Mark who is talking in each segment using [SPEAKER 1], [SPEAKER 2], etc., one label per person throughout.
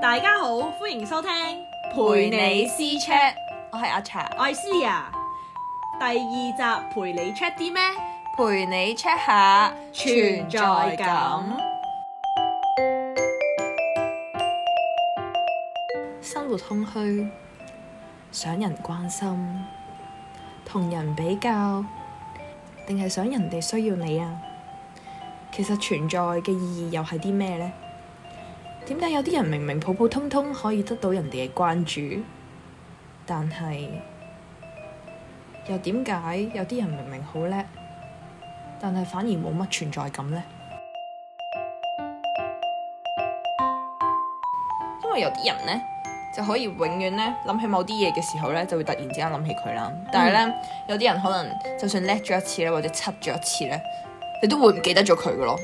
[SPEAKER 1] 大家好，歡迎收聽
[SPEAKER 2] 陪你私 chat，我係阿茶，
[SPEAKER 1] 我係 Sia 第二集陪你 check 啲咩？
[SPEAKER 2] 陪你 check 下
[SPEAKER 1] 存在感。
[SPEAKER 2] 生活空虛，想人關心，同人比較，定係想人哋需要你啊？其實存在嘅意義又係啲咩呢？點解有啲人明明普普通通可以得到人哋嘅關注，但係又點解有啲人明明好叻，但係反而冇乜存在感呢？因為有啲人呢，就可以永遠呢諗起某啲嘢嘅時候呢，就會突然之間諗起佢啦。但係呢，有啲人可能就算叻咗一次呢，或者柒咗一次呢，你都會唔記得咗佢噶咯。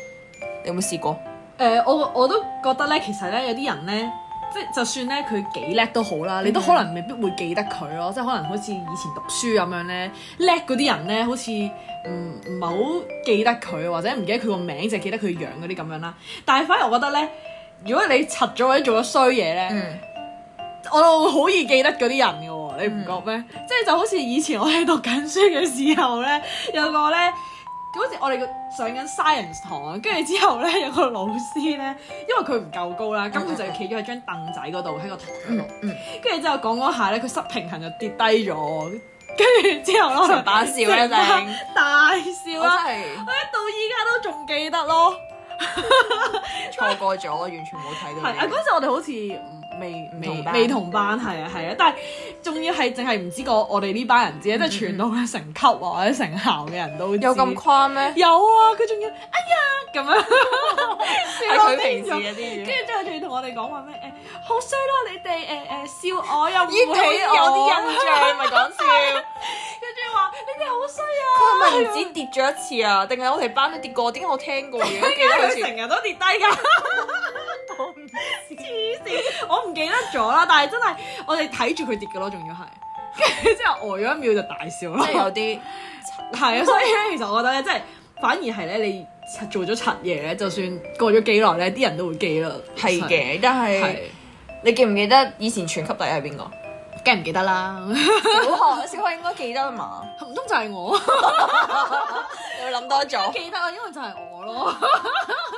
[SPEAKER 2] 你有冇試過？
[SPEAKER 1] 誒、我我都覺得咧，其實咧有啲人咧，即係就算咧佢幾叻都好啦，你都可能未必會記得佢咯，即係可能好似以前讀書咁樣咧，叻嗰啲人咧，好似唔唔係好記得佢，或者唔記得佢個名，就記得佢樣嗰啲咁樣啦。但係反而我覺得咧，如果你柒咗或者做咗衰嘢咧，
[SPEAKER 2] 嗯
[SPEAKER 1] 我都好易記得嗰啲人嘅喎，你唔覺
[SPEAKER 2] 嗯
[SPEAKER 1] 咩？即係就好似以前我喺讀緊書嘅時候咧， 有個咧。好似我哋上緊 science 堂啊，跟住之後咧 有個老師咧，因為佢唔夠高
[SPEAKER 2] 嗯
[SPEAKER 1] 啦，咁佢就企咗喺張凳仔嗰度喺個台度，跟住之後講嗰下咧，佢失平衡就跌低咗，跟住之後
[SPEAKER 2] 成
[SPEAKER 1] 咯，
[SPEAKER 2] 把笑咧
[SPEAKER 1] 成班
[SPEAKER 2] 定
[SPEAKER 1] 大笑
[SPEAKER 2] 我真
[SPEAKER 1] 啦，
[SPEAKER 2] 係
[SPEAKER 1] 我一到依家都仲記得咯，
[SPEAKER 2] 錯過咗，完全冇睇
[SPEAKER 1] 係
[SPEAKER 2] 到
[SPEAKER 1] 啊，
[SPEAKER 2] 呢
[SPEAKER 1] 嗰陣我哋好似未
[SPEAKER 2] 唔同
[SPEAKER 1] 未
[SPEAKER 2] 班嗯
[SPEAKER 1] 未同班，係啊係啊，但係仲要係淨係唔知個我哋呢班人知，即係全到咧成級啊或者成校嘅人都
[SPEAKER 2] 個。
[SPEAKER 1] 知
[SPEAKER 2] 嗯有咁誇咩？
[SPEAKER 1] 有啊，佢仲要哎呀 咁樣，
[SPEAKER 2] 係
[SPEAKER 1] 係
[SPEAKER 2] 佢平時嗰
[SPEAKER 1] 跟
[SPEAKER 2] 啲嘢。
[SPEAKER 1] 住之後仲要同我哋講話咩誒，好衰咯！你哋誒誒笑我又唔
[SPEAKER 2] 咦，佢
[SPEAKER 1] 會
[SPEAKER 2] 有啲印象，咪講笑。
[SPEAKER 1] 跟住話你哋好衰啊！
[SPEAKER 2] 佢係咪唔止跌咗一次啊？定係我哋班都跌過？點解我聽過嘅？我記得好似
[SPEAKER 1] 佢成日都跌低 㗎，黐線！我唔記得咗啦，但係真係我哋睇住佢跌嘅咯，仲要係。跟住之後呆咗一秒就大笑咯
[SPEAKER 2] 即，係有啲
[SPEAKER 1] 係啊，所以咧，其實我覺得咧，即係反而係咧，你做咗柒嘢咧，就算過咗幾耐咧，啲人都會記啦。
[SPEAKER 2] 係，嘅，但係
[SPEAKER 1] 係
[SPEAKER 2] 你記唔記得以前全級第一係邊個？
[SPEAKER 1] 梗唔記得啦，
[SPEAKER 2] 小學小學應該記得嘛？
[SPEAKER 1] 唔通就係我？
[SPEAKER 2] 你會諗多咗。
[SPEAKER 1] 記得啊，因為就係我 咯。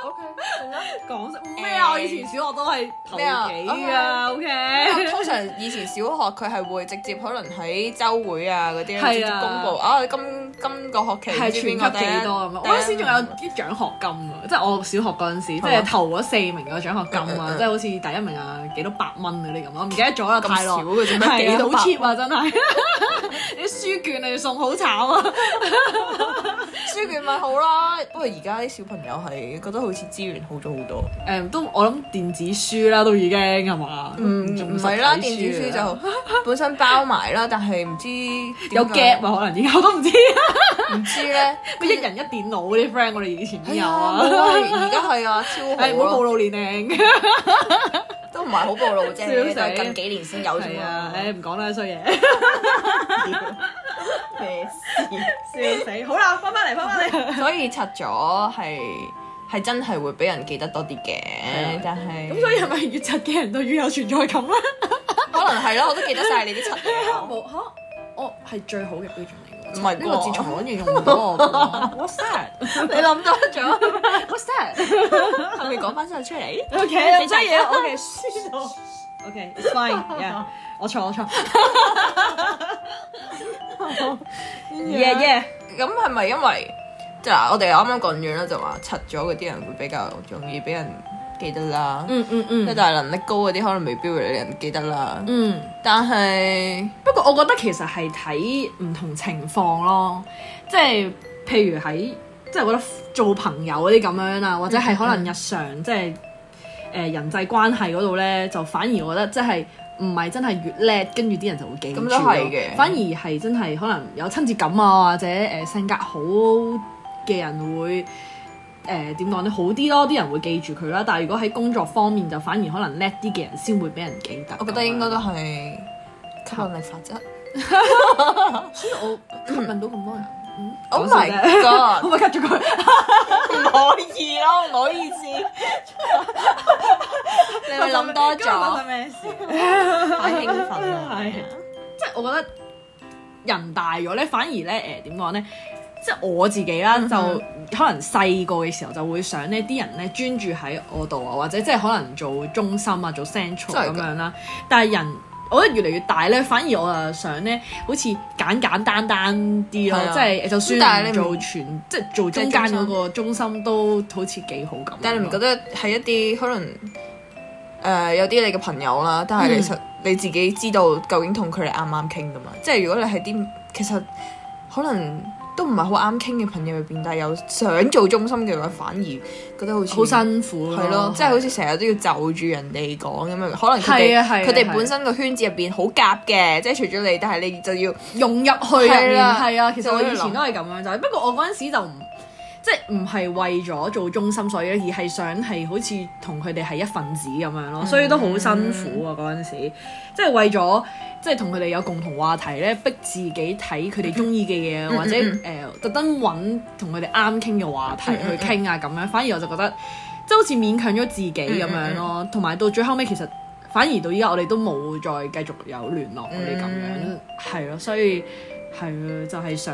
[SPEAKER 2] OK，
[SPEAKER 1] 講真咩啊？
[SPEAKER 2] 誒
[SPEAKER 1] 我以前小學都係頭
[SPEAKER 2] 咩啊
[SPEAKER 1] 幾啊，OK。
[SPEAKER 2] 通常以前小學佢係會直接可能喺週會啊嗰啲
[SPEAKER 1] 係啊
[SPEAKER 2] 直接公佈啊，今今個學期
[SPEAKER 1] 係
[SPEAKER 2] 唔
[SPEAKER 1] 全
[SPEAKER 2] 知
[SPEAKER 1] 級幾
[SPEAKER 2] 邊
[SPEAKER 1] 多
[SPEAKER 2] 個
[SPEAKER 1] 咁樣？我嗰陣時仲有啲獎學金啊，即係我小學嗰陣時，即
[SPEAKER 2] 啊
[SPEAKER 1] 係頭嗰四名嘅獎學金啊，
[SPEAKER 2] 嗯嗯嗯
[SPEAKER 1] 即係好似第一名啊幾多百蚊嗰啲咁啊，我唔記得咗啦，
[SPEAKER 2] 咁
[SPEAKER 1] 太耐。
[SPEAKER 2] 少嘅啫咩
[SPEAKER 1] 係啊
[SPEAKER 2] 幾
[SPEAKER 1] 好
[SPEAKER 2] 多百
[SPEAKER 1] cheap 啊，真係！ 你書券你送好慘啊！
[SPEAKER 2] 書卷咪好啦，不過而家啲小朋友係覺得好似資源好咗好多。
[SPEAKER 1] 誒，都我諗電子書啦，都已經係嘛？
[SPEAKER 2] 嗯，
[SPEAKER 1] 仲
[SPEAKER 2] 唔係啦，
[SPEAKER 1] 實體
[SPEAKER 2] 電子書
[SPEAKER 1] 啊
[SPEAKER 2] 就 本身包埋啦，但係唔知
[SPEAKER 1] 有
[SPEAKER 2] 點
[SPEAKER 1] gap
[SPEAKER 2] 解
[SPEAKER 1] 啊，可能而家我都唔知。
[SPEAKER 2] 唔知咧。
[SPEAKER 1] 一人一電腦嗰啲 friend，我哋以前都
[SPEAKER 2] 係
[SPEAKER 1] 有
[SPEAKER 2] 啊，
[SPEAKER 1] 啊。
[SPEAKER 2] 冇啊，而家 係啊，
[SPEAKER 1] 係
[SPEAKER 2] 超
[SPEAKER 1] 唔好
[SPEAKER 2] 好
[SPEAKER 1] 暴
[SPEAKER 2] 咯，
[SPEAKER 1] 露年齡。
[SPEAKER 2] 都唔係好暴露 啫，
[SPEAKER 1] 笑死
[SPEAKER 2] 就係近幾年先有啫
[SPEAKER 1] 係啊
[SPEAKER 2] 嘛，。
[SPEAKER 1] 誒唔講啦，衰嘢。
[SPEAKER 2] 咩事？
[SPEAKER 1] 笑死！好啦，翻返嚟，翻返嚟。
[SPEAKER 2] 所以拆咗係係真係會俾人記得多啲嘅
[SPEAKER 1] 啊，
[SPEAKER 2] 但係
[SPEAKER 1] 咁所以係咪越窒嘅人就越有存在感咧？
[SPEAKER 2] 可能係咯，我都記得晒你啲柒 嘢。啊
[SPEAKER 1] 冇嚇，我係最好嘅 agent 嚟㗎。
[SPEAKER 2] 唔係
[SPEAKER 1] 呢個
[SPEAKER 2] 啩
[SPEAKER 1] 字從來都用唔到我㗎。What's that？What's
[SPEAKER 2] 你諗多咗，
[SPEAKER 1] that？啊
[SPEAKER 2] 係咪講翻晒出嚟？
[SPEAKER 1] OK，
[SPEAKER 2] 你 真係啊
[SPEAKER 1] 我嘅輸咗。OK，it's fine，yeah，我錯 我錯。Yeah yeah，
[SPEAKER 2] 咁係咪因為就嗱，我哋啱啱講完啦，就話柒咗嗰啲人會比較容易俾人記得啦。
[SPEAKER 1] 嗯嗯
[SPEAKER 2] 即係
[SPEAKER 1] 嗯
[SPEAKER 2] 但係能力高嗰啲可能未必會有人記得啦。
[SPEAKER 1] 嗯。
[SPEAKER 2] 但係
[SPEAKER 1] 不過我覺得其實係睇唔同情況咯，即係譬如喺即係我覺得做朋友嗰啲咁樣啊，或者
[SPEAKER 2] 嗯
[SPEAKER 1] 係可能日常即係誒、呃人際關係嗰度咧，就反而我覺得即係唔係真係越叻，跟住啲人就會記住咯。
[SPEAKER 2] 咁都係嘅
[SPEAKER 1] 反而係真係可能有親切感啊，或者誒、呃性格好嘅人會。誒點講咧好啲咯，啲人會記住佢啦。但係如果喺工作方面，就反而可能叻啲嘅人先會俾人記得。
[SPEAKER 2] 我覺得應該都係吸引力法則。
[SPEAKER 1] 我吸引到咁多人。嗯
[SPEAKER 2] Oh
[SPEAKER 1] 講
[SPEAKER 2] my
[SPEAKER 1] 笑啫
[SPEAKER 2] god！
[SPEAKER 1] 可唔可以 cut 咗佢？
[SPEAKER 2] 唔可以咯，唔好意思。 你咪諗多
[SPEAKER 1] 今日發 生
[SPEAKER 2] 咗，
[SPEAKER 1] 咩事？
[SPEAKER 2] 太興奮啦！
[SPEAKER 1] 係即係我覺得人大咗咧，反而咧誒點講咧？即係我自己啦，
[SPEAKER 2] 嗯
[SPEAKER 1] 就可能細個嘅時候就會想呢啲人咧專注喺我度啊，或者即係可能做中心啊，做 central
[SPEAKER 2] 真係
[SPEAKER 1] 咁
[SPEAKER 2] 㗎
[SPEAKER 1] 樣啦。但係人，我覺得越嚟越大咧，反而我啊想咧，好似簡簡單單啲
[SPEAKER 2] 係
[SPEAKER 1] 咯，
[SPEAKER 2] 啊
[SPEAKER 1] 即係就算
[SPEAKER 2] 但係你
[SPEAKER 1] 唔
[SPEAKER 2] 唔
[SPEAKER 1] 做全，即係做中間嗰個中心都好似幾好咁。
[SPEAKER 2] 但係你唔覺得係一啲可能誒、呃有啲你嘅朋友啦，但係
[SPEAKER 1] 嗯
[SPEAKER 2] 其實你自己知道究竟同佢哋啱唔啱傾噶嘛？即係如果你係啲其實可能都唔係好啱傾嘅朋友入邊，但係有想做中心嘅話，反而覺得好似
[SPEAKER 1] 好辛苦咯？
[SPEAKER 2] 係咯，即係好似成日都要就住人哋講咁樣，可能佢
[SPEAKER 1] 係
[SPEAKER 2] 哋
[SPEAKER 1] 啊係啊
[SPEAKER 2] 佢
[SPEAKER 1] 係
[SPEAKER 2] 哋
[SPEAKER 1] 啊
[SPEAKER 2] 本身個圈子入邊好夾嘅，即係除咗你，但係你就要
[SPEAKER 1] 融入去入
[SPEAKER 2] 係
[SPEAKER 1] 面
[SPEAKER 2] 啦
[SPEAKER 1] 係啊，其實我
[SPEAKER 2] 就會
[SPEAKER 1] 以前
[SPEAKER 2] 諗
[SPEAKER 1] 都係咁樣就係，不過我嗰陣時就唔即係唔係為咗做中心，所以而係想係好似同佢哋係一份子咁樣
[SPEAKER 2] 嗯
[SPEAKER 1] 咯，所以都好辛苦啊嗰陣時，即係為咗即係同佢哋有共同話題咧，逼自己睇佢哋中意嘅嘢，或者誒
[SPEAKER 2] 嗯
[SPEAKER 1] 特登揾同佢哋啱傾嘅話題去傾啊咁樣，反而我就覺得即係好似勉強咗自己咁樣
[SPEAKER 2] 嗯
[SPEAKER 1] 咯，同埋到最後尾其實。反而到依家我哋都冇再繼續有聯絡我哋咁樣，
[SPEAKER 2] 嗯
[SPEAKER 1] 係咯、所以係咯，就係、想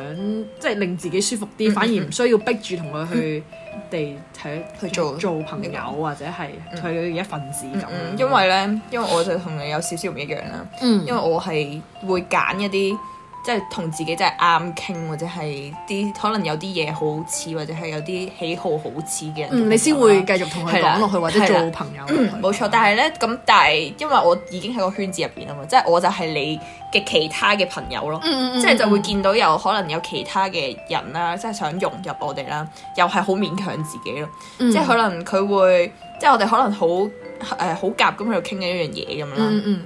[SPEAKER 1] 即係令自己舒服啲，
[SPEAKER 2] 嗯嗯嗯
[SPEAKER 1] 反而唔需要逼住同佢去哋睇
[SPEAKER 2] 去做
[SPEAKER 1] 做朋友或者係佢嘅一份子咁樣、
[SPEAKER 2] 嗯，因為咧，因為我就同你有少少唔一樣啦。
[SPEAKER 1] 嗯
[SPEAKER 2] 因為我係會揀一啲即係同自己真係啱傾，或者係啲可能有啲嘢好似，或者係有啲喜好好似嘅人。
[SPEAKER 1] 嗯，你先會繼續同佢
[SPEAKER 2] 係啦
[SPEAKER 1] 講落去或者
[SPEAKER 2] 係啦
[SPEAKER 1] 做朋友落去。
[SPEAKER 2] 冇錯，但係咧咁，但係因為我已經喺個圈子入邊啊嘛，即係我就係你嘅其他嘅朋友咯。
[SPEAKER 1] 嗯嗯嗯
[SPEAKER 2] 即係就會見到有可能有其他嘅人啦，即係想融入我哋啦，又係好勉強自己咯。
[SPEAKER 1] 嗯
[SPEAKER 2] 即係可能佢會，即係我哋可能好誒好夾咁喺度傾緊一樣嘢咁樣啦。
[SPEAKER 1] 嗯嗯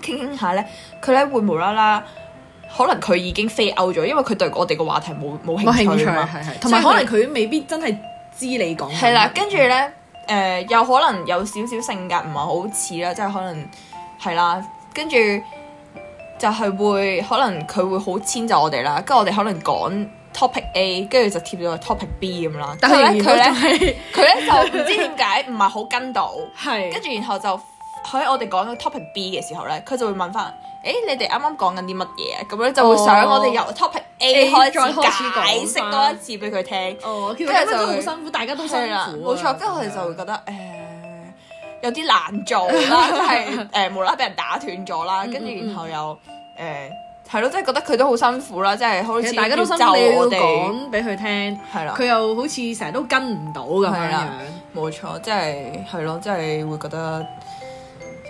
[SPEAKER 2] 傾傾下咧，佢咧會無啦啦，可能佢已經飛 out 咗，因為佢對我哋個話題冇冇
[SPEAKER 1] 嗯，冇
[SPEAKER 2] 興
[SPEAKER 1] 興趣
[SPEAKER 2] 趣啊嘛。
[SPEAKER 1] 係係，同埋可
[SPEAKER 2] 所以
[SPEAKER 1] 能佢未必真係知你講緊乜。
[SPEAKER 2] 係啦，跟住咧，誒、有可能有少少性格唔係好似啦，即係可能係啦，跟住就係會可能佢會好遷就我哋啦，跟住我哋可能講 topic A，跟住就貼咗個 topic B 咁啦。
[SPEAKER 1] 但
[SPEAKER 2] 跟
[SPEAKER 1] 係
[SPEAKER 2] 住咧，佢
[SPEAKER 1] 原來
[SPEAKER 2] 咧
[SPEAKER 1] 都係
[SPEAKER 2] 佢咧就唔知點解唔係好跟到。
[SPEAKER 1] 係
[SPEAKER 2] 跟住然後就喺我哋講緊 topic B 嘅時候咧，佢就會問翻：，誒你哋啱啱講緊啲乜嘢啊？咁樣就會想我哋由 topic
[SPEAKER 1] 哦
[SPEAKER 2] A
[SPEAKER 1] A
[SPEAKER 2] 開
[SPEAKER 1] 再開始
[SPEAKER 2] 始解
[SPEAKER 1] 講
[SPEAKER 2] 釋
[SPEAKER 1] 返
[SPEAKER 2] 多一次俾佢聽。
[SPEAKER 1] 哦，其實
[SPEAKER 2] 跟
[SPEAKER 1] 咁樣
[SPEAKER 2] 住
[SPEAKER 1] 都
[SPEAKER 2] 就
[SPEAKER 1] 好
[SPEAKER 2] 會
[SPEAKER 1] 辛苦，大家都辛
[SPEAKER 2] 係
[SPEAKER 1] 苦
[SPEAKER 2] 啦
[SPEAKER 1] 啊。，
[SPEAKER 2] 冇錯。跟住我哋就會覺得誒。有啲難做啦， 即係誒無啦啦俾人打斷咗啦，
[SPEAKER 1] 嗯
[SPEAKER 2] 跟住然後又誒係咯，即係覺得佢都好辛苦啦，即係好
[SPEAKER 1] 其
[SPEAKER 2] 似
[SPEAKER 1] 實大家都辛苦，
[SPEAKER 2] 要
[SPEAKER 1] 你
[SPEAKER 2] 就
[SPEAKER 1] 要
[SPEAKER 2] 我哋
[SPEAKER 1] 講俾佢聽，
[SPEAKER 2] 係啦，
[SPEAKER 1] 佢又好似成日都跟唔到咁樣
[SPEAKER 2] 係
[SPEAKER 1] 樣
[SPEAKER 2] 啦，冇錯，即係係咯，即係會覺得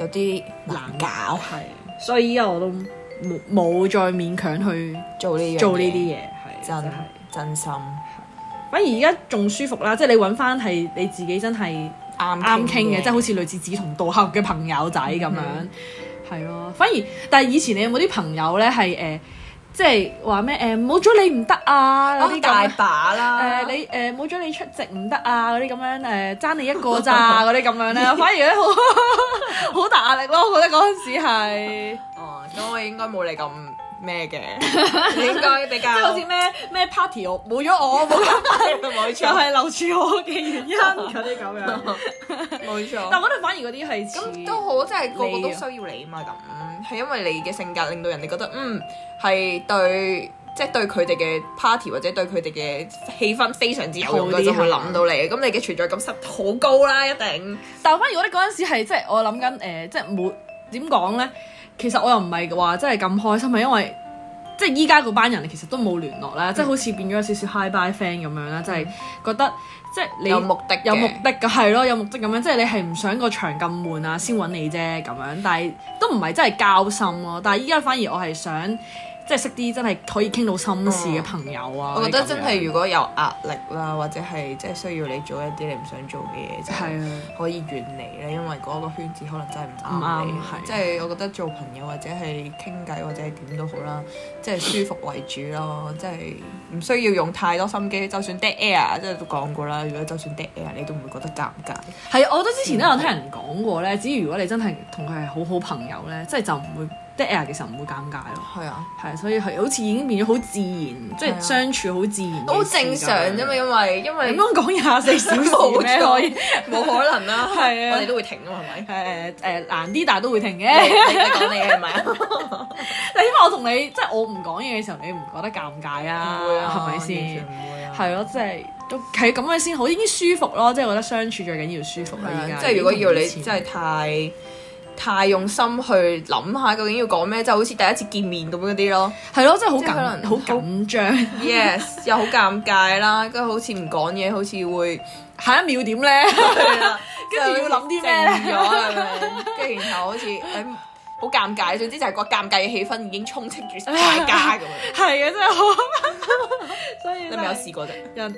[SPEAKER 2] 有啲難搞
[SPEAKER 1] 係。所以依家我都冇冇再勉強去
[SPEAKER 2] 做呢樣
[SPEAKER 1] 做呢啲
[SPEAKER 2] 嘢
[SPEAKER 1] 嘢，係真係
[SPEAKER 2] 真。真心
[SPEAKER 1] 反而而家仲舒服啦，即係你揾翻係你自己真係
[SPEAKER 2] 啱
[SPEAKER 1] 啱傾嘅，即係
[SPEAKER 2] 係
[SPEAKER 1] 好似類似志同道合嘅朋友仔咁樣，
[SPEAKER 2] 嗯
[SPEAKER 1] 係咯。反而但係以前你有冇啲朋友咧係誒，即係話咩誒冇咗你唔得啊嗰啲咁
[SPEAKER 2] 大
[SPEAKER 1] 啊
[SPEAKER 2] 把
[SPEAKER 1] 誒、
[SPEAKER 2] 啦。
[SPEAKER 1] 你誒冇咗你出席唔得啊嗰啲咁樣誒爭、你一個咋 嗰啲咁樣咧，反而咧好 好大壓力咯。我覺得嗰陣時係
[SPEAKER 2] 哦，咁我應該冇你咁咩嘅， 你應該比較
[SPEAKER 1] 即係好 似咩咩 party 我冇咗我 冇咗，
[SPEAKER 2] 冇
[SPEAKER 1] 就
[SPEAKER 2] 錯
[SPEAKER 1] 係留住我嘅原因嗰啲咁樣。
[SPEAKER 2] 冇
[SPEAKER 1] 但
[SPEAKER 2] 錯。
[SPEAKER 1] 我覺得反而嗰啲係似
[SPEAKER 2] 咁都好，即係個個都需要你嘛。
[SPEAKER 1] 啊
[SPEAKER 2] 咁係因為你嘅性格令到人哋覺得嗯係對。即係對佢哋嘅 party 或者對佢哋嘅氣氛非常之有用
[SPEAKER 1] 好
[SPEAKER 2] 嘅，
[SPEAKER 1] 啲
[SPEAKER 2] 就會
[SPEAKER 1] 係
[SPEAKER 2] 諗到你。咁你嘅存在感實好高啦，一定。
[SPEAKER 1] 但係反而我覺得嗰陣時係即係我諗緊誒，即係冇點講咧。其實我又唔係話真係咁開心，係因為即係依家嗰班人其實都冇聯絡啦，即係好似變咗有少少 high bye friend 咁樣啦，就係覺得即係你
[SPEAKER 2] 有目的嘅
[SPEAKER 1] 有目的嘅係咯，有目的咁樣，即係你係唔想個場咁悶啊，先揾你啫咁樣，但係都唔係真係交心咯。但係依家反而我係想即係識啲真係可以傾到心事嘅朋友啊。
[SPEAKER 2] 我覺得
[SPEAKER 1] 嗰啲咁樣
[SPEAKER 2] 真係如果有壓力啦，或者係即係需要你做一啲你唔想做嘅嘢，就
[SPEAKER 1] 係啊。
[SPEAKER 2] 可以遠離咧，因為嗰個圈子可能真係唔
[SPEAKER 1] 唔
[SPEAKER 2] 啱
[SPEAKER 1] 啱
[SPEAKER 2] 你。
[SPEAKER 1] 係
[SPEAKER 2] 即係我覺得做朋友或者係傾偈或者係點都好啦，即係舒服為主咯，即係唔需要用太多心機。就算 dead air，即係都講過啦。如果就算 dead air，你都唔會覺得尷尬。
[SPEAKER 1] 啊係，我覺得之前都有聽人講過咧，只要如果你真係同佢係好好朋友咧，即係就唔會 dead air 其實唔會尷尬咯。
[SPEAKER 2] 係啊，
[SPEAKER 1] 係，所以係好似已經變咗好自然，即
[SPEAKER 2] 係啊
[SPEAKER 1] 係相處好自然。
[SPEAKER 2] 好正常啫嘛，。因為因
[SPEAKER 1] 咁
[SPEAKER 2] 為
[SPEAKER 1] 樣講廿四小時咩可以？
[SPEAKER 2] 冇可能 啦，
[SPEAKER 1] 係啊
[SPEAKER 2] 我哋都會停噶嘛，係咪？
[SPEAKER 1] 誒誒難啲，但係都會停嘅。
[SPEAKER 2] 你你講你係咪啊？
[SPEAKER 1] 但因為我同你即係我唔講嘢嘅時候，你唔覺得尷尬 啊？係咪先？
[SPEAKER 2] 先
[SPEAKER 1] 係啊咯，即係都係咁樣先好，已經舒服咯。即係我覺得相處最緊要舒服啦。而
[SPEAKER 2] 係
[SPEAKER 1] 家
[SPEAKER 2] 啊即係如果要你
[SPEAKER 1] 同以前
[SPEAKER 2] 真係太太用心去諗下究竟要講咩，就好似第一次見面咁嗰 啲咯。
[SPEAKER 1] 係咯，真係好
[SPEAKER 2] 即係可能
[SPEAKER 1] 緊好緊張，
[SPEAKER 2] Yes，又好尷尬啦，跟住好似唔講嘢，好似會
[SPEAKER 1] 下一秒點 咧？啊跟住要諗啲咩咧
[SPEAKER 2] 靜咗咁樣，跟住然後好似誒好尷尬，總之就係個尷尬嘅氣氛已經充斥 住大家咁樣。
[SPEAKER 1] 係啊，真係 好。所以
[SPEAKER 2] 你
[SPEAKER 1] 真係
[SPEAKER 2] 咪有試過啫？
[SPEAKER 1] 人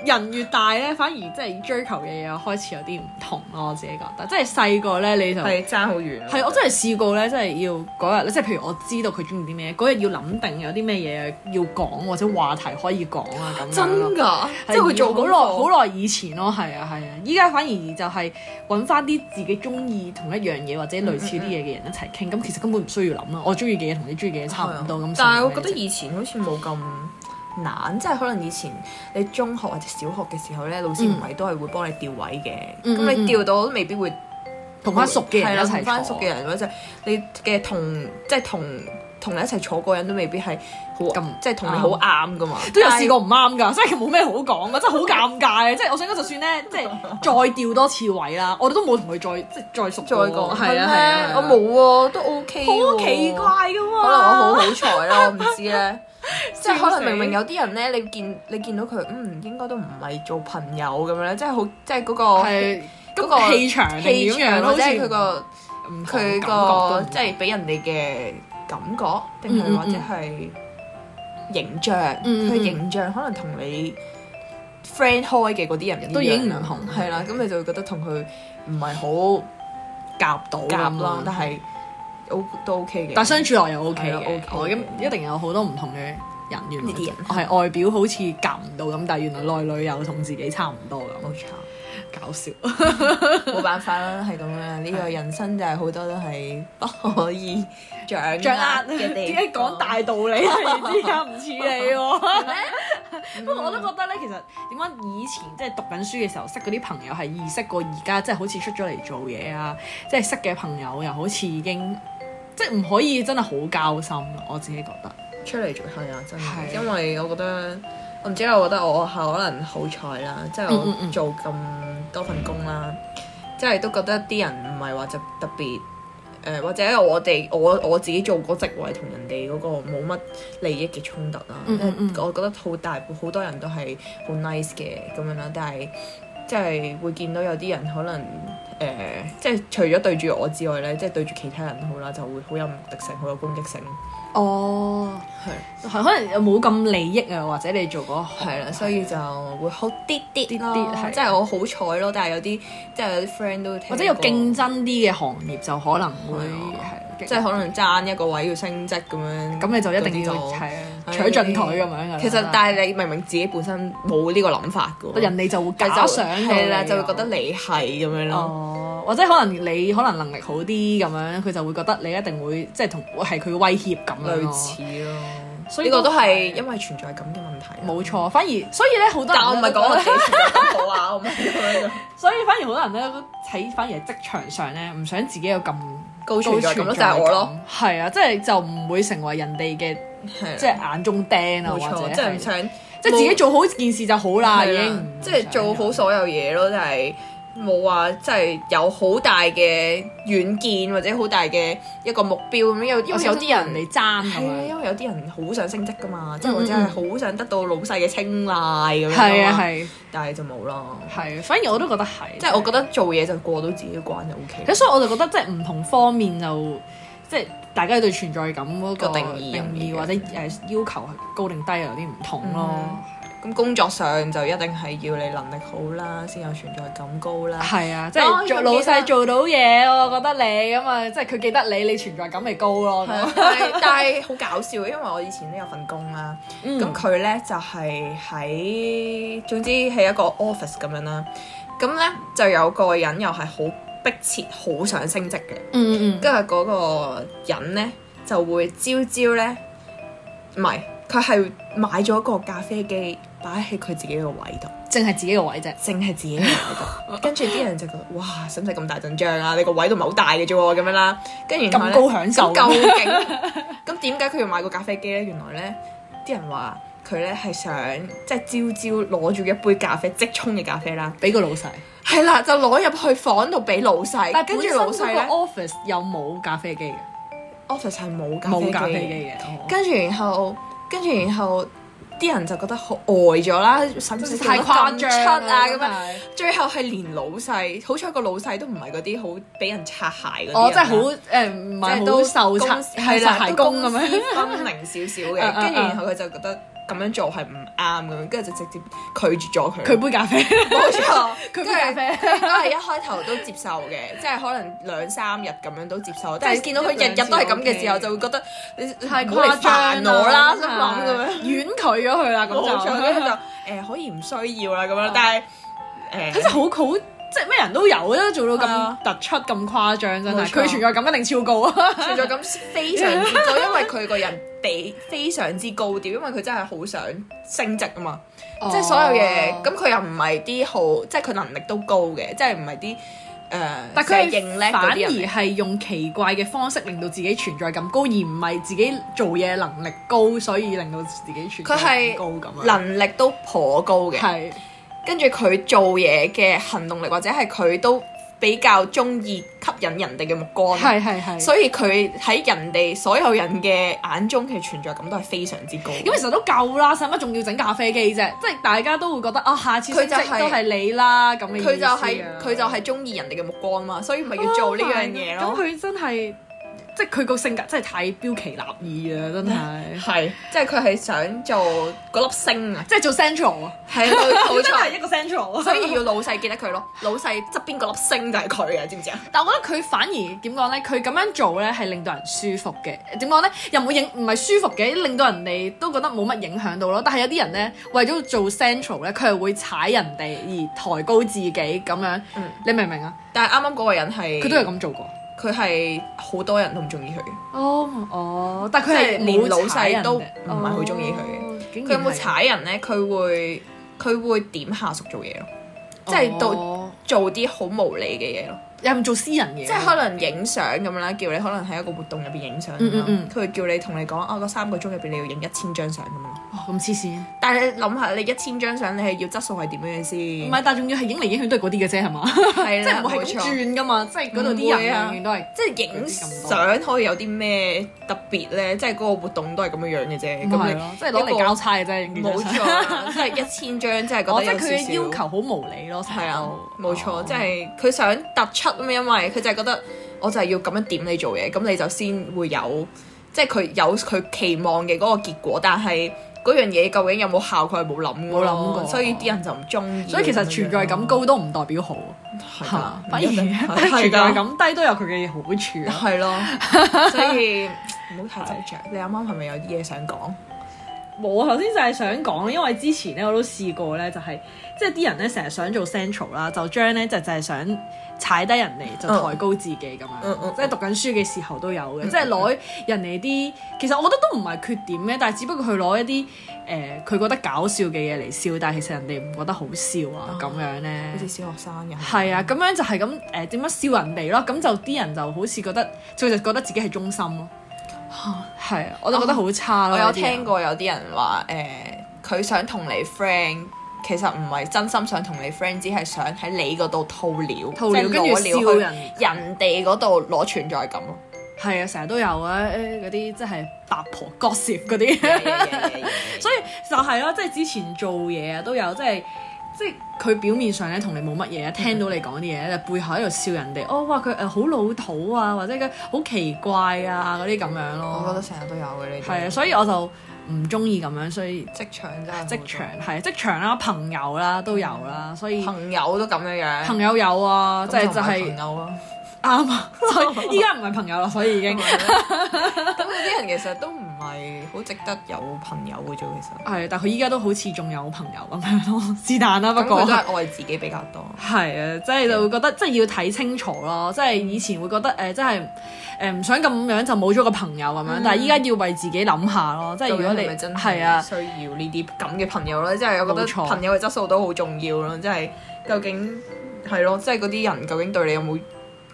[SPEAKER 1] 人越大咧，反而即係追求嘅嘢又開始有啲唔同咯。我自己覺得，即係細個咧你就係
[SPEAKER 2] 爭好遠啊。
[SPEAKER 1] 我真係試過咧，真係要嗰日即係譬如我知道佢中意啲咩，嗰日要諗定有啲咩嘢要講或者話題可以講啊咁樣
[SPEAKER 2] 真
[SPEAKER 1] 咯。
[SPEAKER 2] 㗎，即
[SPEAKER 1] 係
[SPEAKER 2] 係會做
[SPEAKER 1] 好
[SPEAKER 2] 功
[SPEAKER 1] 耐
[SPEAKER 2] 課。
[SPEAKER 1] 好耐以前咯，係啊係啊，依家反而就係揾翻啲自己中意同一樣嘢或者類
[SPEAKER 2] 嗯
[SPEAKER 1] 似啲嘢嘅人一齊傾，咁其實根本唔需要諗啊啦。我中意嘅嘢同你中意嘅嘢差唔多咁。
[SPEAKER 2] 但係我
[SPEAKER 1] 算
[SPEAKER 2] 覺
[SPEAKER 1] 係咩
[SPEAKER 2] 得
[SPEAKER 1] 啫
[SPEAKER 2] 以前好似冇咁難，即係可能以前你中學或者小學嘅時候咧，老師唔係都係會幫你調位嘅，
[SPEAKER 1] 嗯
[SPEAKER 2] 咁
[SPEAKER 1] 嗯
[SPEAKER 2] 你
[SPEAKER 1] 嗯
[SPEAKER 2] 調到都未必會
[SPEAKER 1] 同翻熟嘅
[SPEAKER 2] 係
[SPEAKER 1] 人
[SPEAKER 2] 啦
[SPEAKER 1] 一齊
[SPEAKER 2] 同翻熟嘅人或者你嘅同即係同同你一齊坐嗰個人都未必係好
[SPEAKER 1] 咁
[SPEAKER 2] 即係同你好啱噶嘛，
[SPEAKER 1] 都有試過唔啱㗎，真係冇咩好講㗎，真係好尷尬啊！即係我想講，就算咧，即係再調多次位啦，我哋都冇同佢再即係再熟
[SPEAKER 2] 再
[SPEAKER 1] 過
[SPEAKER 2] 講
[SPEAKER 1] 係啊係啊，
[SPEAKER 2] 我冇喎，都 OK，
[SPEAKER 1] 好
[SPEAKER 2] 喎
[SPEAKER 1] 奇怪㗎嘛，
[SPEAKER 2] 可能我好好彩啦，我唔知咧。即係可
[SPEAKER 1] 啊笑
[SPEAKER 2] 能
[SPEAKER 1] 死
[SPEAKER 2] 明明有啲人咧，你見你見到佢，嗯，應該都唔係做朋友咁樣咧，即係好，即係嗰個
[SPEAKER 1] 係咁
[SPEAKER 2] 嗰個
[SPEAKER 1] 個氣場
[SPEAKER 2] 氣
[SPEAKER 1] 定點
[SPEAKER 2] 場
[SPEAKER 1] 樣咯，
[SPEAKER 2] 或
[SPEAKER 1] 好
[SPEAKER 2] 者
[SPEAKER 1] 似
[SPEAKER 2] 係佢個嗯
[SPEAKER 1] 唔同
[SPEAKER 2] 佢
[SPEAKER 1] 感
[SPEAKER 2] 個
[SPEAKER 1] 覺都唔
[SPEAKER 2] 即係俾人哋嘅感覺，定係
[SPEAKER 1] 嗯嗯
[SPEAKER 2] 或者係形象，
[SPEAKER 1] 嗯嗯
[SPEAKER 2] 佢嘅形象可能同你 friend 開嘅嗰啲人一樣啦
[SPEAKER 1] 都已經唔同
[SPEAKER 2] 係啦，咁你就會覺得同佢唔係好
[SPEAKER 1] 夾到咁
[SPEAKER 2] 夾啦
[SPEAKER 1] 樣，
[SPEAKER 2] 但係 O 都 OK 嘅。
[SPEAKER 1] 但相處落又 OK
[SPEAKER 2] 係
[SPEAKER 1] 嘅
[SPEAKER 2] 咯，OK
[SPEAKER 1] 我咁一定有好多唔同嘅人，原來
[SPEAKER 2] 呢啲人
[SPEAKER 1] 我係外表好似夾唔到咁，但係原來內裏又同自己差唔多
[SPEAKER 2] 冇
[SPEAKER 1] 咁，
[SPEAKER 2] 錯。
[SPEAKER 1] 搞笑。
[SPEAKER 2] 冇辦法啦，係咁樣啦。呢個人生就係好多都係不可以掌握
[SPEAKER 1] 掌握
[SPEAKER 2] 嘅地
[SPEAKER 1] 點
[SPEAKER 2] 方
[SPEAKER 1] 解講大道理啊？而家唔似你喎。不過我都覺得咧，其實點解以前即係讀緊書嘅時候識嗰啲朋友係易識過而家，即係好似出咗嚟做嘢啊，即係識嘅朋友又好似已經即係唔可以真係好交心咯。我自己覺得
[SPEAKER 2] 出嚟做係啊，真係，
[SPEAKER 1] 係
[SPEAKER 2] 因為我覺得我唔知啊啦，我覺得我係可能好彩啦，即係
[SPEAKER 1] 嗯嗯
[SPEAKER 2] 我
[SPEAKER 1] 嗯
[SPEAKER 2] 做咁多份工啦，即係都覺得啲人唔係話就特別。誒、或者我哋我我自己做嗰職位同人哋嗰個冇乜利益嘅衝突啦，
[SPEAKER 1] 嗯嗯嗯
[SPEAKER 2] 我覺得好大好多人都係好 nice 嘅咁樣啦，但係即係會見到有啲人可能誒、即係除咗對住我之外咧，即係對住其他人都好啦，就會好有目的性，好有攻擊性。
[SPEAKER 1] 哦，
[SPEAKER 2] 係。
[SPEAKER 1] 係可能又冇咁利益啊，或者你做嗰行
[SPEAKER 2] 係啦，所以就會好啲啲咯，
[SPEAKER 1] 啲係
[SPEAKER 2] 即係我好彩咯。但係有啲即係有啲 friend 都聽
[SPEAKER 1] 或者有
[SPEAKER 2] 過
[SPEAKER 1] 競，爭啲嘅行業就可能會
[SPEAKER 2] 係啊
[SPEAKER 1] 係
[SPEAKER 2] 即係可能爭一個位要升職咁樣。
[SPEAKER 1] 咁你就一定要
[SPEAKER 2] 嗰啲就
[SPEAKER 1] 係啊
[SPEAKER 2] 唉
[SPEAKER 1] 取進退咁樣㗎啦。
[SPEAKER 2] 其實但係你明明自己本身冇呢個諗法嘅喎，
[SPEAKER 1] 人哋就會
[SPEAKER 2] 但係
[SPEAKER 1] 假
[SPEAKER 2] 就
[SPEAKER 1] 想到
[SPEAKER 2] 係啦，
[SPEAKER 1] 你
[SPEAKER 2] 就會
[SPEAKER 1] 啊
[SPEAKER 2] 覺得你係咁樣咯。
[SPEAKER 1] 哦，或者可能你可能能力好啲咁樣，佢就會覺得你一定會即係同係佢嘅威脅咁樣
[SPEAKER 2] 類
[SPEAKER 1] 咯。
[SPEAKER 2] 似咯，
[SPEAKER 1] 所以
[SPEAKER 2] 呢個
[SPEAKER 1] 都
[SPEAKER 2] 都係
[SPEAKER 1] 係
[SPEAKER 2] 因為存在感嘅問題。啊
[SPEAKER 1] 冇，錯，反而所以咧好多人
[SPEAKER 2] 但我唔係
[SPEAKER 1] 咧都
[SPEAKER 2] 講我
[SPEAKER 1] 覺
[SPEAKER 2] 自
[SPEAKER 1] 得
[SPEAKER 2] 己存在感好啊，我唔係咁 樣
[SPEAKER 1] 所以反而好多人咧都喺反而係職場上咧唔想自己有咁
[SPEAKER 2] 高存在感咯，就係我咯，。
[SPEAKER 1] 係啊，即係就唔會成為人哋嘅
[SPEAKER 2] 係
[SPEAKER 1] 即係眼中釘啊，
[SPEAKER 2] 冇
[SPEAKER 1] 或者
[SPEAKER 2] 錯，即係唔
[SPEAKER 1] 係
[SPEAKER 2] 想。
[SPEAKER 1] 即係自己做好件事就好啦，
[SPEAKER 2] 係
[SPEAKER 1] 已
[SPEAKER 2] 啦
[SPEAKER 1] 經
[SPEAKER 2] 即係做好所有嘢咯，但係冇話即係有好大嘅遠見或者好大嘅一個目標咁樣。有因
[SPEAKER 1] 有
[SPEAKER 2] 為
[SPEAKER 1] 時有
[SPEAKER 2] 啲
[SPEAKER 1] 啲人嚟爭咁
[SPEAKER 2] 係啊，
[SPEAKER 1] 樣。
[SPEAKER 2] 因為有啲人好想升職噶嘛，即係
[SPEAKER 1] 嗯
[SPEAKER 2] 或者係好想得到老細嘅青睞咁樣。
[SPEAKER 1] 係啊，，係
[SPEAKER 2] 但係就冇啦。
[SPEAKER 1] 係，啊反而我都覺得係，
[SPEAKER 2] 即係我覺得做嘢就過到自己嘅關就 O K。
[SPEAKER 1] 咁所以我就覺得即係唔同方面就即係大家對存在感嗰個
[SPEAKER 2] 個定義
[SPEAKER 1] 定義
[SPEAKER 2] 有啲嘅
[SPEAKER 1] 或者誒要求係高定低有啲唔同咯
[SPEAKER 2] 嗯。咁工作上就一定係要你能力好啦，先有存在感高啦。
[SPEAKER 1] 係啊，即
[SPEAKER 2] 當
[SPEAKER 1] 係做
[SPEAKER 2] 然記得
[SPEAKER 1] 老細做到嘢，我覺得你咁啊，即係佢記得你，你存在感咪高咯。
[SPEAKER 2] 係
[SPEAKER 1] 咁
[SPEAKER 2] 啊但係但係好搞笑，因為我以前都有份工啦。咁
[SPEAKER 1] 咁
[SPEAKER 2] 佢咧就係、喺，總之係一個 office 咁樣啦。咁咧就有個人又係好迫切好想升職嘅。
[SPEAKER 3] 嗯嗯
[SPEAKER 2] 跟住嗰個人咧就會朝朝咧，唔係佢係買咗個咖啡機擺喺佢自己個位度，
[SPEAKER 3] 淨係自己個位啫。
[SPEAKER 2] 淨係自己個 位度。跟住啲人就覺得哇，使唔使咁大陣仗啊？你個位都唔係好大嘅啫喎，咁樣啦。跟住然後呢
[SPEAKER 1] 咁高享受
[SPEAKER 2] 咁究竟 咁點解佢要買個咖啡機咧？原來咧啲人話。佢咧係想即係朝朝攞住一杯咖啡即沖嘅咖啡啦，
[SPEAKER 3] 俾個老細，
[SPEAKER 2] 係啦，就攞入去房度俾老細，
[SPEAKER 3] 但
[SPEAKER 2] 跟
[SPEAKER 3] 係
[SPEAKER 2] 住
[SPEAKER 3] 本
[SPEAKER 2] 老
[SPEAKER 3] 老
[SPEAKER 2] 細
[SPEAKER 3] 細
[SPEAKER 2] 咧
[SPEAKER 3] 個 office 有冇咖啡機嘅？
[SPEAKER 2] office 係冇咖啡
[SPEAKER 3] 冇
[SPEAKER 2] 機
[SPEAKER 3] 咖啡
[SPEAKER 2] 嘅。
[SPEAKER 3] 機嘅，哦
[SPEAKER 2] 跟住然後，跟住然後啲人就覺得好呆咗啦，使唔使
[SPEAKER 3] 太誇張
[SPEAKER 2] 出啊咁樣？
[SPEAKER 3] 樣。
[SPEAKER 2] 最後係連老細，好彩個老細都唔係嗰啲好俾人擦鞋嗰啲人啦。
[SPEAKER 3] 我哦真係好誒，唔
[SPEAKER 2] 即
[SPEAKER 3] 係
[SPEAKER 2] 都
[SPEAKER 3] 好受
[SPEAKER 2] 公
[SPEAKER 3] 擦，
[SPEAKER 2] 係
[SPEAKER 3] 係
[SPEAKER 2] 啦，
[SPEAKER 3] 擦鞋
[SPEAKER 2] 都
[SPEAKER 3] 工咁樣。
[SPEAKER 2] 私分明少少
[SPEAKER 3] 啊啊
[SPEAKER 2] 嘅，
[SPEAKER 3] 啊
[SPEAKER 2] 跟住然後佢就覺得咁樣做係唔啱咁樣，跟住就直接拒絕咗佢。
[SPEAKER 3] 佢杯咖啡，
[SPEAKER 2] 冇錯，
[SPEAKER 3] 佢杯咖啡。
[SPEAKER 2] 佢都係一開頭都接受嘅，即係可能兩三日咁樣都接受，但係見到佢日日都係咁嘅時候，就會覺得你
[SPEAKER 1] 太
[SPEAKER 2] 唔好嚟
[SPEAKER 1] 誇張啊
[SPEAKER 2] 煩我啦，心
[SPEAKER 1] 真係
[SPEAKER 2] 諗咁樣。
[SPEAKER 1] 婉拒咗佢啦，咁
[SPEAKER 2] 冇錯，
[SPEAKER 1] 就
[SPEAKER 2] 跟住就誒可以唔需要啦咁樣，但係
[SPEAKER 1] 佢真 係
[SPEAKER 2] 誒
[SPEAKER 1] 好好，即係咩人都有啦，做到
[SPEAKER 2] 係啊
[SPEAKER 1] 咁突出、咁誇張，真係
[SPEAKER 2] 冇錯
[SPEAKER 1] 佢存在感一定超高啊！
[SPEAKER 2] 存在感非常之高，因為佢個人地非常之高調，因為佢真係好想升職啊嘛，即係所有嘢
[SPEAKER 3] 哦
[SPEAKER 2] 咁佢又唔係啲好，即係佢能力都高嘅，即係唔係啲誒，
[SPEAKER 1] 但
[SPEAKER 2] 成
[SPEAKER 1] 佢
[SPEAKER 2] 日認叻
[SPEAKER 1] 反
[SPEAKER 2] 嗰
[SPEAKER 1] 而
[SPEAKER 2] 啲人嚟嘅。
[SPEAKER 1] 係用奇怪嘅方式令到自己存在感高，而唔係自己做嘢能力高，所以令到自己存
[SPEAKER 2] 佢
[SPEAKER 1] 在感
[SPEAKER 2] 係
[SPEAKER 1] 高咁樣。
[SPEAKER 2] 能力都頗高嘅，
[SPEAKER 1] 係
[SPEAKER 2] 跟住佢做嘢嘅行動力或者係佢都比較中意吸引人哋嘅目光，
[SPEAKER 1] 係係係。
[SPEAKER 2] 所以佢喺人哋所有人嘅眼中嘅存在感都係非常之高。因
[SPEAKER 1] 咁其實都夠啦，使乜仲要整咖啡機啫？即係大家都會覺得啊，下次
[SPEAKER 2] 佢
[SPEAKER 1] 升
[SPEAKER 2] 就係
[SPEAKER 1] 職都係你啦咁嘅意思啊
[SPEAKER 2] 佢就係、佢就係中意人哋嘅目光嘛，所以咪要做呢樣嘢
[SPEAKER 1] 咁
[SPEAKER 2] 咯。
[SPEAKER 1] 佢真係，即係佢個性格真係太標奇立異啊！真係，
[SPEAKER 2] 係，即係佢係想做嗰粒星啊，
[SPEAKER 1] 即係做 central 啊，
[SPEAKER 2] 係 冇
[SPEAKER 1] 真係
[SPEAKER 2] 錯，
[SPEAKER 1] 一個 central 啊！
[SPEAKER 2] 所以要老細記得佢咯。老細側邊嗰粒星就係佢啊，知唔知啊？
[SPEAKER 1] 但我覺得佢反而點講咧？佢咁樣做咧係令到人舒服嘅。點講咧？又冇影唔係舒服嘅，令到人哋都覺得冇乜影響到咯。但係有啲人咧，為咗做 central 咧，佢係會踩人哋而抬高自己咁樣。
[SPEAKER 2] 嗯
[SPEAKER 1] 你明唔明啊？
[SPEAKER 2] 但係啱啱嗰個人係
[SPEAKER 1] 佢都係，咁做過。
[SPEAKER 2] 佢係好多人都唔中意佢嘅。
[SPEAKER 1] 哦哦，但係佢
[SPEAKER 2] 即
[SPEAKER 1] 係
[SPEAKER 2] 係連
[SPEAKER 1] 冇
[SPEAKER 2] 老
[SPEAKER 1] 踩人
[SPEAKER 2] 細
[SPEAKER 1] 哋
[SPEAKER 2] 都唔係好鍾意佢嘅
[SPEAKER 1] 哦竟
[SPEAKER 2] 佢有
[SPEAKER 1] 然
[SPEAKER 2] 冇
[SPEAKER 1] 係
[SPEAKER 2] 踩人咧？佢會佢會點下屬做嘢咯，即係到
[SPEAKER 1] 哦
[SPEAKER 2] 做啲好無理嘅嘢咯，
[SPEAKER 1] 有冇做私人嘢？
[SPEAKER 2] 即係可能影相咁樣啦，叫你可能喺一個活動入邊影相
[SPEAKER 1] 嗯嗯
[SPEAKER 2] 咁樣
[SPEAKER 1] 嗯
[SPEAKER 2] 佢會叫你同你講啊，嗰三個鐘入邊你要影一千張相咁樣咯。
[SPEAKER 1] 哇咁黐線。
[SPEAKER 2] 但係你諗下，你一千張相你係要質素係點樣先？
[SPEAKER 1] 唔係，但係仲要係影嚟影去都係嗰啲嘅啫，係嘛？
[SPEAKER 2] 係
[SPEAKER 1] 即
[SPEAKER 2] 啦
[SPEAKER 1] 係唔係
[SPEAKER 2] 冇
[SPEAKER 1] 咁
[SPEAKER 2] 錯
[SPEAKER 1] 轉噶嘛？即係嗰度
[SPEAKER 2] 唔
[SPEAKER 1] 啲人
[SPEAKER 2] 會啊
[SPEAKER 1] 永遠都係。
[SPEAKER 2] 即係影相可以有啲咩特別咧？即係嗰個活動都係咁樣樣嘅啫。
[SPEAKER 1] 咁
[SPEAKER 2] 咁
[SPEAKER 1] 係
[SPEAKER 2] 你
[SPEAKER 1] 咯，即係攞嚟交差嘅啫，
[SPEAKER 2] 一
[SPEAKER 1] 影
[SPEAKER 2] 個
[SPEAKER 1] 張
[SPEAKER 2] 冇
[SPEAKER 1] 相
[SPEAKER 2] 錯啊，即係一千張，即係覺
[SPEAKER 1] 哦，
[SPEAKER 2] 得
[SPEAKER 1] 即係
[SPEAKER 2] 有
[SPEAKER 1] 佢
[SPEAKER 2] 少
[SPEAKER 1] 嘅要
[SPEAKER 2] 少
[SPEAKER 1] 求。好無理咯，成
[SPEAKER 2] 係
[SPEAKER 1] 日
[SPEAKER 2] 啊
[SPEAKER 1] 都，
[SPEAKER 2] 冇錯，
[SPEAKER 1] 哦
[SPEAKER 2] 即係佢想突出啊嘛，因為佢就係覺得我就係要咁樣點你做嘢，咁你就先會有，即係佢有佢期望嘅嗰個結果，但係嗰樣嘢究竟有冇效，佢係冇諗過
[SPEAKER 1] 冇
[SPEAKER 2] 咯，
[SPEAKER 1] 諗過
[SPEAKER 2] 所以啲人就唔中意。
[SPEAKER 1] 所以其實存在感高都唔代表好，
[SPEAKER 2] 係㗎，啊
[SPEAKER 1] 嚇反而
[SPEAKER 2] 係啊 㗎
[SPEAKER 1] 存在感低都有佢嘅好處啊。
[SPEAKER 2] 係咯，所以唔好太 執着。你啱啱係咪有啲嘢想講？
[SPEAKER 1] 我啊頭先就係想講，因為之前咧我都試過咧，就係即係啲人咧成日想做 central 啦，就將咧就就係想踩低人哋，就抬高自己咁樣，
[SPEAKER 2] 嗯嗯
[SPEAKER 1] 即係讀緊書嘅時候都有嘅，即係攞人哋啲，其實我覺得都唔係缺點嘅，但係只不過佢攞一啲誒佢覺得搞笑嘅嘢嚟笑，但係其實人哋唔覺得好笑啊咁樣咧
[SPEAKER 2] 哦好。似小學生咁。
[SPEAKER 1] 係啊，咁樣就係咁誒點樣笑人哋咯，咁就啲人就好似覺得，佢就覺得自己係中心咯。係啊，我就覺得好差咯。
[SPEAKER 2] 我有
[SPEAKER 1] 啲人
[SPEAKER 2] 聽過有啲人話誒，佢、想同你 friend，其實唔係真心想同你 friend，只係想喺你嗰度套料，
[SPEAKER 1] 套料
[SPEAKER 2] 即係
[SPEAKER 1] 跟住
[SPEAKER 2] 攞料
[SPEAKER 1] 笑
[SPEAKER 2] 去
[SPEAKER 1] 人
[SPEAKER 2] 人哋嗰度攞存在感 咯。
[SPEAKER 1] 係啊，成日都有啊，誒嗰啲即係八婆 gossip 嗰 啲，
[SPEAKER 2] 所
[SPEAKER 1] 所以就係咯，即係之前做嘢啊都有，即係即係佢表面上咧同你冇乜嘢，聽到你講啲嘢咧，背後喺度笑人哋，哦哇佢誒好老土啊，或者佢好奇怪啊嗰啲咁樣
[SPEAKER 2] 以我覺得
[SPEAKER 1] 咯，
[SPEAKER 2] 成日都有嘅呢啲。
[SPEAKER 1] 係啊，所以我就唔中意咁樣，所以
[SPEAKER 2] 職場真係
[SPEAKER 1] 職場係職場啦、朋友啦都有啦，所以
[SPEAKER 2] 朋友都咁樣樣，
[SPEAKER 1] 朋友有啊，即係
[SPEAKER 2] 嗯咁
[SPEAKER 1] 就
[SPEAKER 2] 唔係
[SPEAKER 1] 係
[SPEAKER 2] 朋友咯。
[SPEAKER 1] 啱啊，所以依家唔係朋友啦，所以已 經
[SPEAKER 2] 咁嗰啲人其實都唔係好值得有朋友嘅啫，其實。
[SPEAKER 1] 係，但佢依家都好似仲有朋友咁樣咯， 是但啦，不
[SPEAKER 2] 不過
[SPEAKER 1] 過
[SPEAKER 2] 都係愛嗯自己比較多。
[SPEAKER 1] 係啊，即係就會覺得，即係要睇清楚咯。即係以前會覺得誒、呃，即係誒唔想咁樣就冇咗個朋友咁樣，但係依家要為自己諗下咯。即係如果你
[SPEAKER 2] 嗯究竟係咪真
[SPEAKER 1] 係
[SPEAKER 2] 係
[SPEAKER 1] 啊，
[SPEAKER 2] 需要呢啲咁嘅朋友咧，即係我覺
[SPEAKER 1] 冇錯
[SPEAKER 2] 得朋友嘅質素都好重要咯。即係究竟係咯，即係嗰啲人究竟對你有冇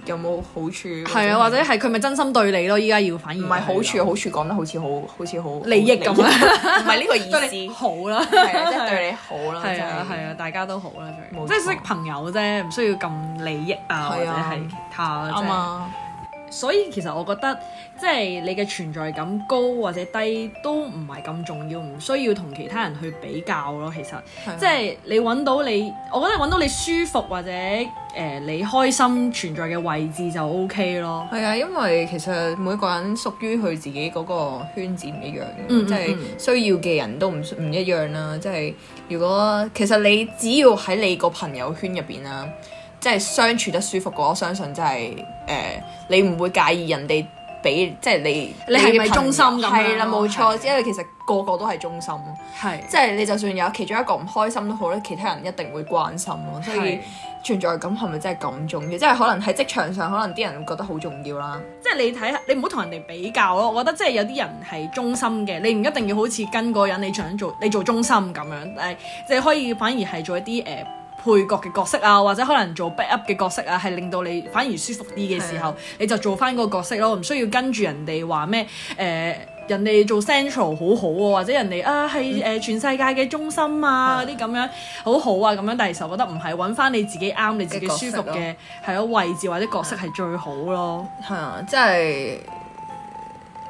[SPEAKER 2] 有冇好處？
[SPEAKER 1] 係啊，或者係佢咪真心對你咯？依家要反而
[SPEAKER 2] 唔係好處，
[SPEAKER 1] 係啊
[SPEAKER 2] 好處講得好似好好似好
[SPEAKER 1] 利益咁啊
[SPEAKER 2] 啦，啊唔係呢個意
[SPEAKER 1] 對你
[SPEAKER 2] 思，
[SPEAKER 1] 好啦。
[SPEAKER 2] 係啊即係對你好啦，
[SPEAKER 1] 係啊，
[SPEAKER 2] 真
[SPEAKER 1] 係啊，大家都好啦，最
[SPEAKER 2] 冇錯
[SPEAKER 1] 即係識朋友啫，唔需要咁利益啊，或
[SPEAKER 2] 係
[SPEAKER 1] 者
[SPEAKER 2] 啊
[SPEAKER 1] 係其他啊
[SPEAKER 2] 啱啊，
[SPEAKER 1] 所以其實我覺得，即係你嘅存在感高或者低都唔係咁重要，唔需要同其他人去比較咯。其實，
[SPEAKER 2] 係啊
[SPEAKER 1] 即係你揾到你，我覺得揾到你舒服或者誒、呃你開心存在嘅位置就 O K 咯。
[SPEAKER 2] 係啊，因為其實每個人屬於佢自己嗰個圈子唔一樣嘅，
[SPEAKER 1] 嗯嗯
[SPEAKER 2] 即係需要嘅人都唔唔一樣啦。即係如果其實你只要喺你個朋友圈入邊啦，即係相處得舒服嘅話，我相信真係誒、呃你唔會介意人哋俾即係你
[SPEAKER 1] 你係咪
[SPEAKER 2] 嘅朋友
[SPEAKER 1] 忠心咁樣哦
[SPEAKER 2] 係啦，冇錯，
[SPEAKER 1] 係
[SPEAKER 2] 因為其實個個都係忠心咯，
[SPEAKER 1] 係
[SPEAKER 2] 即係你就算有其中一個唔開心都好咧，其他人一定會關心咯，所以
[SPEAKER 1] 係。
[SPEAKER 2] 存在感係咪真係咁重要？即係可能喺職場上，可能啲人會覺得好重要啦。
[SPEAKER 1] 即係你睇下，你唔好同人哋比較咯。我覺得即係有啲人係忠心嘅，你唔一定要好似跟嗰個人你想做，你做忠心咁樣，但係即係可以反而係做一啲誒、呃配角嘅角色啊，或者可能做 back up 嘅角色啊，係令到你反而舒服啲嘅時
[SPEAKER 2] 啊
[SPEAKER 1] 候，你就做翻嗰個角色咯，唔需要跟住人哋話咩誒。呃人哋做 central 好好喎，或者人哋啊係
[SPEAKER 2] 嗯
[SPEAKER 1] 誒、呃全世界嘅中心啊嗰啲咁樣好好啊咁樣，但係其實我覺得唔係揾翻你自己啱你自己
[SPEAKER 2] 嘅角色
[SPEAKER 1] 舒服
[SPEAKER 2] 咯
[SPEAKER 1] 嘅係咯位置或者角色係最好咯。
[SPEAKER 2] 係啊，即係誒、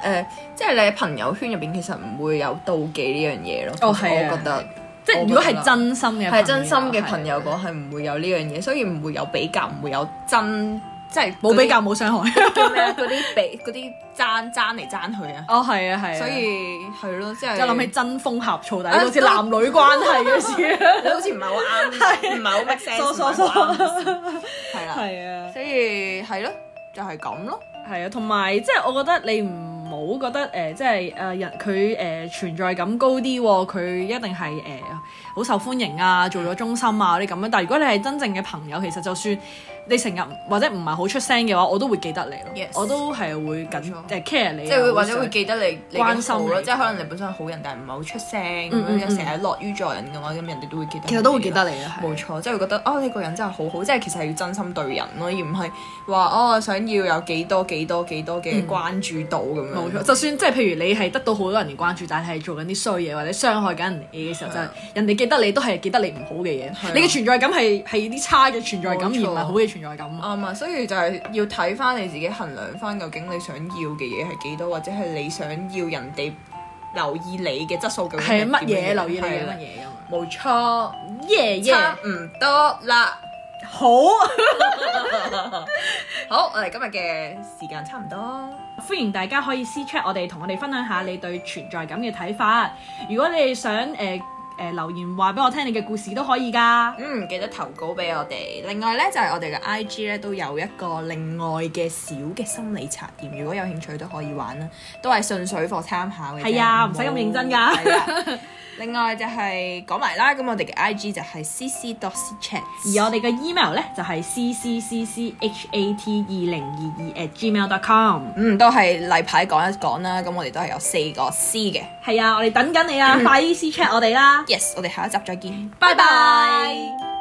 [SPEAKER 2] 呃即係你喺朋友圈入邊，其實唔會有妒忌呢樣嘢咯。
[SPEAKER 1] 哦
[SPEAKER 2] 其實
[SPEAKER 1] 係啊
[SPEAKER 2] 我覺得
[SPEAKER 1] 即係如果係啊真心嘅，
[SPEAKER 2] 係真心嘅朋
[SPEAKER 1] 啊
[SPEAKER 2] 友講係唔會有呢樣嘢，所以唔會有比較，唔會有爭，即係
[SPEAKER 1] 冇比較
[SPEAKER 2] 嗰
[SPEAKER 1] 冇傷 害。
[SPEAKER 2] 啲叫咩啊嗰啲比嗰啲爭爭嚟爭去啊。
[SPEAKER 1] 哦，係啊，係啊。
[SPEAKER 2] 所以係咯，即係
[SPEAKER 1] 就諗起爭風呷醋，但係
[SPEAKER 2] 啊
[SPEAKER 1] 好似男女關係嘅事。
[SPEAKER 2] 你好似唔係好啱，唔係好 make sense，
[SPEAKER 1] 疏疏疏
[SPEAKER 2] 唔係好啱 係啦。
[SPEAKER 1] 係啊，
[SPEAKER 2] 所以係咯，就係咁咯。
[SPEAKER 1] 係啊，同埋即係我覺得你唔好覺得誒，即係誒人佢誒呃存在感高啲喎，佢一定係誒好受歡迎啊，做咗中心啊嗰啲咁樣。但係如果你係真正嘅朋友，其實就算你成日或者唔係好出聲嘅話，我都會記得你咯
[SPEAKER 2] 嗯 Yes，
[SPEAKER 1] 我都係會緊
[SPEAKER 2] 冇錯
[SPEAKER 1] 誒 care 你啊，
[SPEAKER 2] 即係會或
[SPEAKER 1] 想
[SPEAKER 2] 者會記得你你嘅
[SPEAKER 1] 關心
[SPEAKER 2] 好
[SPEAKER 1] 你
[SPEAKER 2] 咯，即係可能你本身係好人，但係唔係好出聲
[SPEAKER 1] 嗯嗯
[SPEAKER 2] 咁
[SPEAKER 1] 嗯
[SPEAKER 2] 樣，成日落於助人嘅話，咁人哋都會記得。
[SPEAKER 1] 其實都會記得你啊係
[SPEAKER 2] 冇錯，即係會覺得哦，你個人真係好好，即係其實係要真心對人咯，而唔係話哦想要有幾多幾多幾多嘅關注度咁樣。
[SPEAKER 1] 嗯冇錯，就算即係啊譬如你係得到好多人嘅關注，但係做緊啲衰嘢或者傷害緊人哋嘅時候，就係人哋記得你都係記得你唔好嘅嘢。
[SPEAKER 2] 啊
[SPEAKER 1] 你嘅存在感係係啲差嘅存在感，而
[SPEAKER 2] 冇錯
[SPEAKER 1] 唔係好嘅存在感。
[SPEAKER 2] 啱啊，所以就係要睇翻你自己衡量翻究竟你想要嘅嘢係幾多，或者係你想要人哋留意你嘅質素究竟
[SPEAKER 1] 係啊乜嘢
[SPEAKER 2] 點樣
[SPEAKER 1] 留意你嘅
[SPEAKER 2] 係
[SPEAKER 1] 乜
[SPEAKER 2] 啦
[SPEAKER 1] 嘢咁啊樣？
[SPEAKER 2] 冇錯，
[SPEAKER 1] 耶耶，
[SPEAKER 2] 差唔多啦。
[SPEAKER 1] 好，
[SPEAKER 2] 好，我哋今日嘅時間差唔多。
[SPEAKER 1] 歡迎大家可以私 chat 我哋，同我哋分享下你對存在感嘅睇法。如果你哋想誒誒留言話俾我聽，你嘅故事都可以㗎。
[SPEAKER 2] 嗯，記得投稿俾我哋。另外呢，就係、我哋嘅 I G 呢，都有一個另外嘅小嘅心理測驗，如果有興趣都可以玩啦，都係純粹課參考嘅啫。
[SPEAKER 1] 係啊
[SPEAKER 2] 冇
[SPEAKER 1] 唔使咁認真㗎
[SPEAKER 2] 係啊另外就係講埋啦，咁我哋嘅 I G 就係 C C dot chat。
[SPEAKER 1] 而我哋嘅 email 咧就係 c c c c h a t e 二零二二 at gmail dot com。
[SPEAKER 2] 嗯，都係例牌講一講啦，咁我哋都係有四個 C 嘅。
[SPEAKER 1] 係啊，我哋等緊你啊，快啲私 chat 我哋啦，
[SPEAKER 2] Yes，我哋下一集再見，
[SPEAKER 1] 拜拜。